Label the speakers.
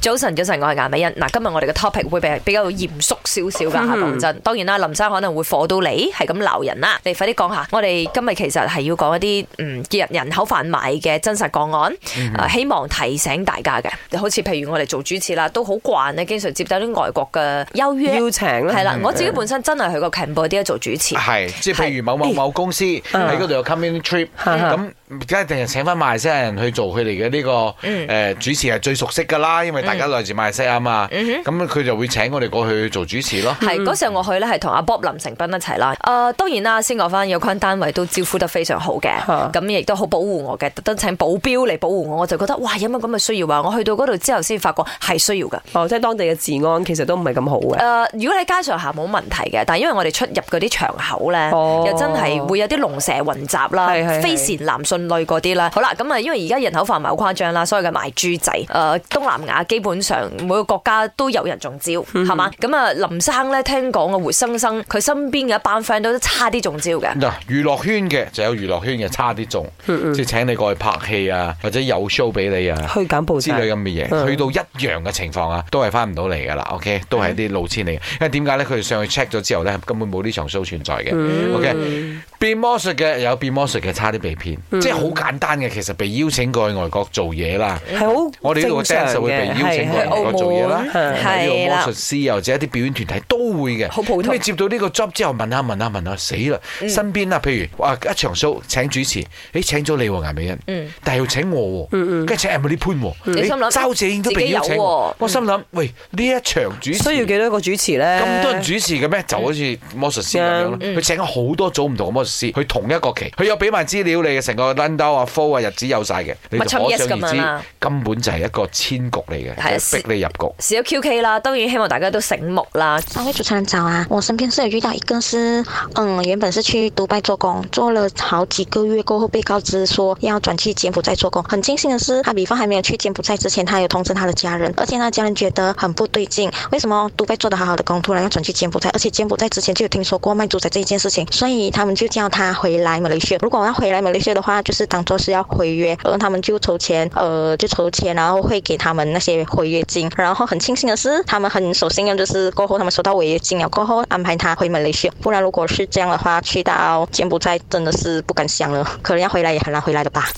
Speaker 1: 早晨，早晨，我係顏美欣。嗱，今日我哋嘅 topic 會比比較嚴肅少少㗎嚇，講真。當然啦，林生可能會火到你，係咁鬧人啦。你快啲講下，我哋今日其實係要講一啲嗯人人口販賣嘅真實個案，啊希望提醒大家嘅。好似譬如我哋做主持啦，都好慣咧，經常接到啲外國嘅邀約，
Speaker 2: 邀請啦嗯
Speaker 1: 係啦，我自己本身真係去過 Cambodia 做主持。
Speaker 3: 係，即係譬如某某某公司喺嗰度有 coming trip，咁
Speaker 2: 啊
Speaker 3: 而家定係請翻馬來西亞人去做佢哋嘅呢個誒主持係最熟悉㗎啦，因為大家來自馬來西亞嘛，咁佢就會請我哋過去做主持咯。
Speaker 1: 係嗰時候我去咧係同阿 Bob 林成斌一齊啦。誒、呃當然啦，先講翻有關單位都招呼得非常好嘅
Speaker 2: 嚇，
Speaker 1: 咁亦都好保護我嘅，特登請保鏢嚟保護我，我就覺得哇有乜咁嘅需要啊！我去到嗰度之後先發覺係需要㗎。
Speaker 2: 哦，即係當地嘅治安其實都唔係咁好
Speaker 1: 誒、
Speaker 2: 嘅。
Speaker 3: 嗯
Speaker 1: 呃如果喺街上行冇問題嘅，但係因為我哋出入嗰啲場口咧，
Speaker 2: 哦
Speaker 1: 又真係會有啲龍蛇混雜啦
Speaker 2: 係係係，
Speaker 1: 非善男信女嗰啲啦。好啦，咁啊，因為而家人口販賣好誇張啦，所有嘅賣豬仔，誒、東南亞基本上每個國家都有人中招，
Speaker 2: 嗯
Speaker 1: 係嘛、咁啊，林生咧聽講啊，活生生佢身邊嘅一班 friend 都差啲中招嘅。
Speaker 3: 嗱，娛樂圈嘅就有娛樂圈嘅差啲中，即係請你過去拍戲啊，或者有 show 俾你啊。
Speaker 2: 去柬埔
Speaker 3: 之
Speaker 2: 寨
Speaker 3: 類咁嘅
Speaker 2: 嗯
Speaker 3: 嘢，去到一樣嘅情況啊，都係翻唔到嚟㗎啦。OK，都係啲路痴嚟嘅，因為點解咧？佢哋上去 check 咗之後咧，根本冇呢場 show 存在嘅。OK，變魔術嘅有變魔術嘅，差啲被騙，即係好簡單嘅。其實被邀請過去外國做嘢啦。
Speaker 2: 係好
Speaker 3: 我哋呢度
Speaker 2: 正常
Speaker 3: dance 會被邀請過
Speaker 2: 嘅
Speaker 3: 去
Speaker 2: 係
Speaker 3: 外國做嘢啦，
Speaker 1: 係澳門
Speaker 3: 呢度
Speaker 1: 係
Speaker 3: 魔
Speaker 1: 啦
Speaker 3: 術師又或者一啲表演團體都會嘅。
Speaker 1: 好普通
Speaker 3: 咁你接到呢個 job 之後，問下問下問下，死啦！身邊啊，譬如哇一場 show 請主持，誒請咗你喎顏美欣，但係要請我喎，跟住請 Emily 潘喎，
Speaker 1: 你
Speaker 3: 誒
Speaker 1: 心諗
Speaker 3: 周子英都被邀
Speaker 1: 自己
Speaker 3: 請
Speaker 1: 有喎
Speaker 3: 喎，我心諗喂呢一場主持
Speaker 2: 需要幾多個主持咧？
Speaker 3: 咁多人主持嘅咩？就好似魔術師咁樣咯，
Speaker 1: 嗯
Speaker 3: 佢請咗好多組唔同嘅魔術師，佢同一個期，佢有俾埋資料你嘅，成個 l o n d o 啊、f o 啊、日子有晒嘅，你就
Speaker 1: 咪唱
Speaker 3: 可
Speaker 1: yes
Speaker 3: 想
Speaker 1: 咁樣
Speaker 3: 而
Speaker 1: 啦
Speaker 3: 知，根本就係一個千局嚟
Speaker 1: 係啊
Speaker 3: 嘅，就係逼你入局。
Speaker 1: 試咗 QK 啦，當然希望大家都醒目啦。
Speaker 4: 三位主持人早啊！我身边是有遇到一个是，嗯，原本是去迪拜做工，做了好几个月过后，被告知说要转去柬埔寨做工。很庆幸的是，他比方还没有去柬埔寨之前，他有通知他的家人，而且他家人觉得很不对劲，为什么迪拜做的好好的工，突然要转去柬埔寨？而且柬埔寨之前就有听说过卖猪仔这一件事情，所以他们就叫他回来马来西亚。如果要回来马来西亚的话，就是当做是要回约，然后他们就筹钱，呃，就筹钱，然后会给他们那些回约金。然后很庆幸的是，他们很守信用，就是过后他们收到违约金了，过后安排他回马来西亚。不然如果是这样的话，去到柬埔寨真的是不敢想了，可能要回来也很难回来的吧。